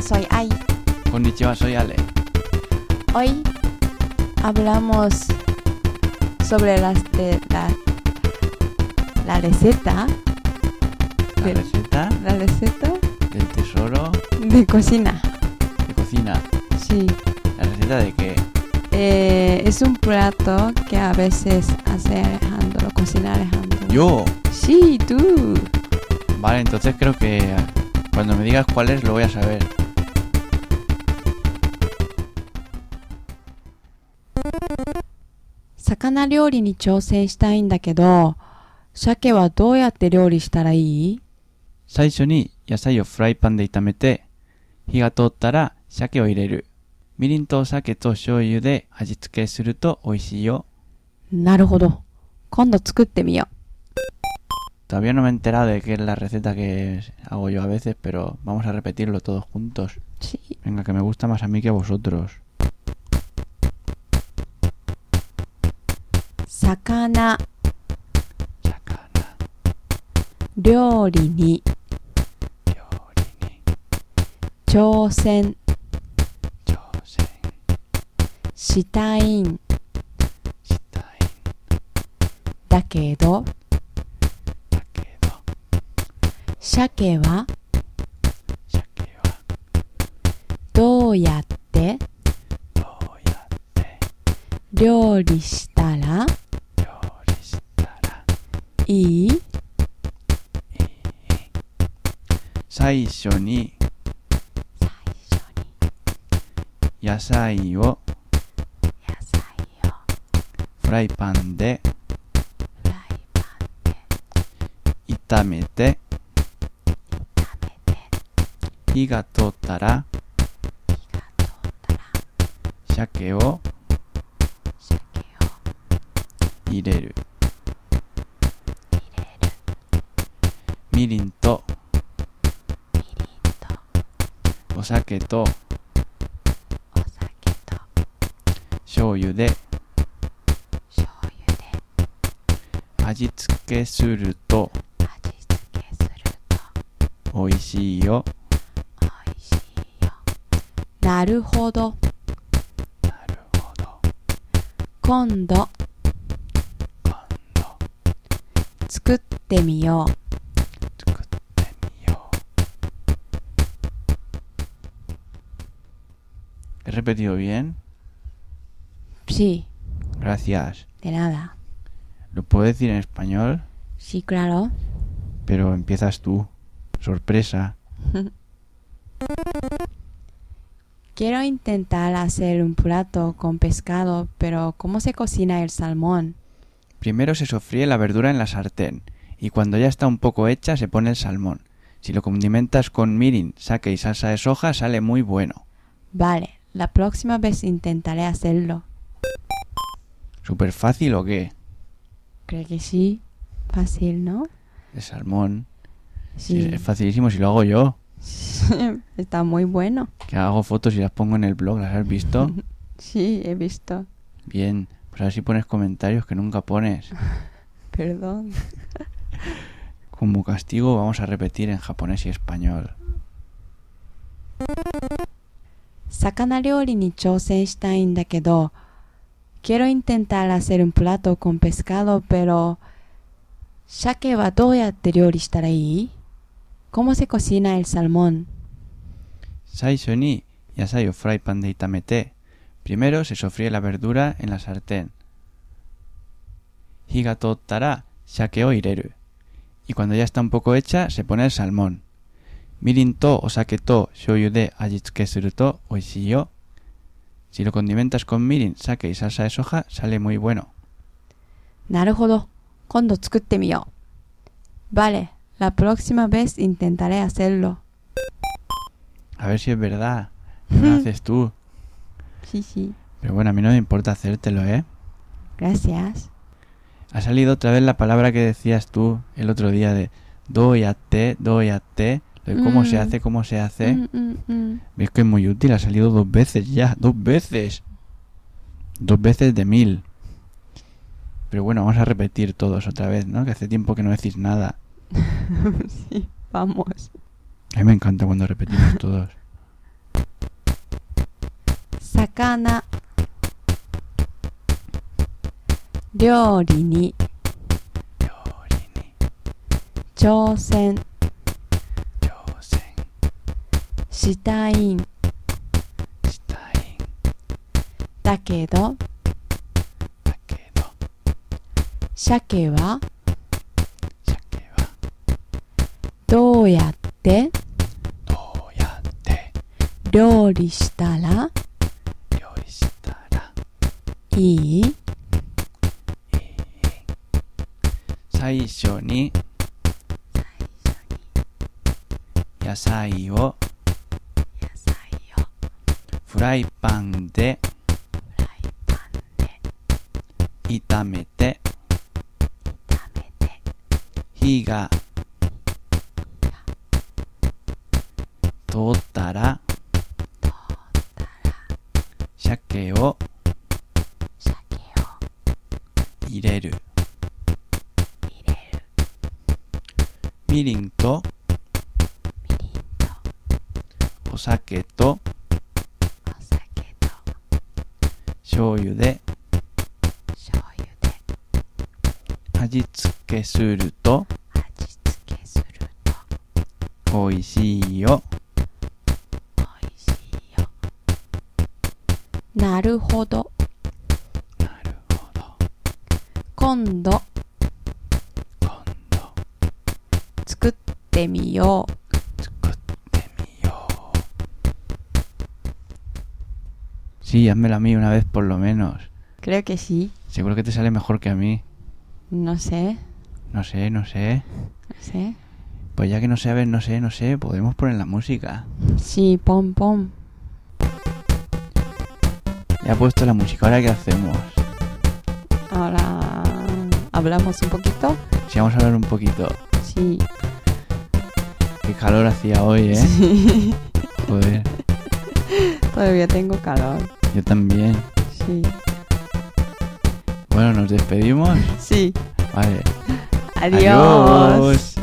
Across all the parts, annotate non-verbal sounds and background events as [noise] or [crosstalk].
soy Ai. Konnichiwa, soy Ale. Hoy hablamos sobre las de la, la receta, La Bien. receta la receta del tesoro de cocina. de cocina. Sí, La receta de que Eh, es un plato que a veces hace Alejandro, cocina Alejandro. yo. Sí, tú. Vale, entonces creo que eh, cuando me digas cuál es lo voy a saber. 魚料理に挑戦したいんだけど、鮭はどうやって料理したらいい最初に野菜をフライパンで炒めて、火が通ったら鮭を入れる。みりんとお酒と醤油で味付けすると美味しいよ。なるほど。今度作ってみよ Todavía no me he enterado de qué es la receta que hago yo a veces, pero vamos a repetirlo todos juntos. う。Sí. Venga, que me gusta más a mí que a vosotros. 魚 Sakana, 料理に yorini, 挑戦 chousen, したいん shitai, だけど、 takedo, 鮭は shake wa どうやって doyatte 料理したら ryori shitara. いい Saisho ni 最初に yasai wo 野菜を fry pan de フライパ itamete, ンで炒めて hi 火が ga tottara 通ったら shake wo 鮭を ireru. 入れる Mirin to みりんと osake to お酒と shoyu de 醤油で aji tsuke suru to 味付けすると oishii yo. 美味しいよ。なるほど。 Naruhodo. 今度作ってみよう ¿He repetido bien? Sí, Gracias. de nada. Lo puedo decir en español, Sí, claro. pero empiezas tú. Sorpresa. [laughs] Quiero intentar hacer un plato con pescado, pero ¿cómo se cocina el salmón? Primero se sofríe la verdura en la sartén y cuando ya está un poco hecha se pone el salmón. Si lo condimentas con mirin, sake y salsa de soja sale muy bueno. Vale, la próxima vez intentaré hacerlo. ¿Súper fácil o qué? Creo que sí. Fácil, ¿no? El salmón. Sí, Sí. Es facilísimo si lo hago yo. [laughs] Está muy bueno. Que hago fotos y las pongo en el blog, ¿las has visto? [laughs] Sí, he visto. Bien, pues a ver si pones comentarios que nunca pones. [laughs] Perdón. Como castigo vamos a repetir en japonés y español. 魚料理に挑戦したいんだけど、quiero intentar hacer un plato con pescado, pero 鮭はどうやって料理したらいい ?Cómo se cocina el salmón? 最初に野菜をフライパンで炒めて、primero se sofríe la verdura en la sartén. 火が通ったら鮭を入れる。y cuando ya está un poco hecha se pone el salmón. みりんとお酒と醤油で味付けすると美味しいよ。Si lo condimentas con mirin, sake y salsa de soja sale muy bueno. なるほど。今度作ってみよう。Vale, la próxima vez intentaré hacerlo. A ver si es verdad. No Mm. lo haces tú. [laughs] Sí, sí. Pero bueno, a mí no me importa hacértelo, ¿eh? Gracias. Ha salido otra vez la palabra que decías tú el otro día de doyate, doyate, de cómo se Mm. hace, cómo se hace. Mm, mm, mm. [laughs] Ves que es muy útil, ha salido dos veces ya, dos veces. Dos veces de mil. Pero bueno, vamos a repetir todos otra vez, ¿no? Que hace tiempo que no decís nada. sí, vamos. [laughs] A mí me encanta cuando repetimos todos. 魚料理に料理に挑戦挑戦したいんしたいんだけどだけど鮭は鮭はどうやってどうやって料理したら料理したらいい最初に野菜を野菜をフライパンでフライパンで炒めて炒めて火が通ったら鮭を鮭を入れる入れるみりんとみりんとお酒とお酒と醤油で醤油で味付けすると味付けすると美味しいよ美味しいよなるほどなるほど今度今度作ってみよう作ってみよう Sí, házmelo a mí una vez por lo menos. creo que sí Seguro que te sale mejor que a mí. no sé No sé, no sé. no sé Pues ya que no sabes, no sé, no sé, podemos poner la música. sí pom pom Ya he puesto la música, ahora qué hacemos. ahora hablamos un poquito Si vamos a hablar un poquito. sí Qué calor hacía hoy, ¿eh? Joder, todavía tengo calor yo también. sí Bueno, nos despedimos. sí Vale. adiós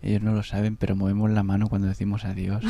Ellos no lo saben, pero movemos la mano cuando decimos adiós.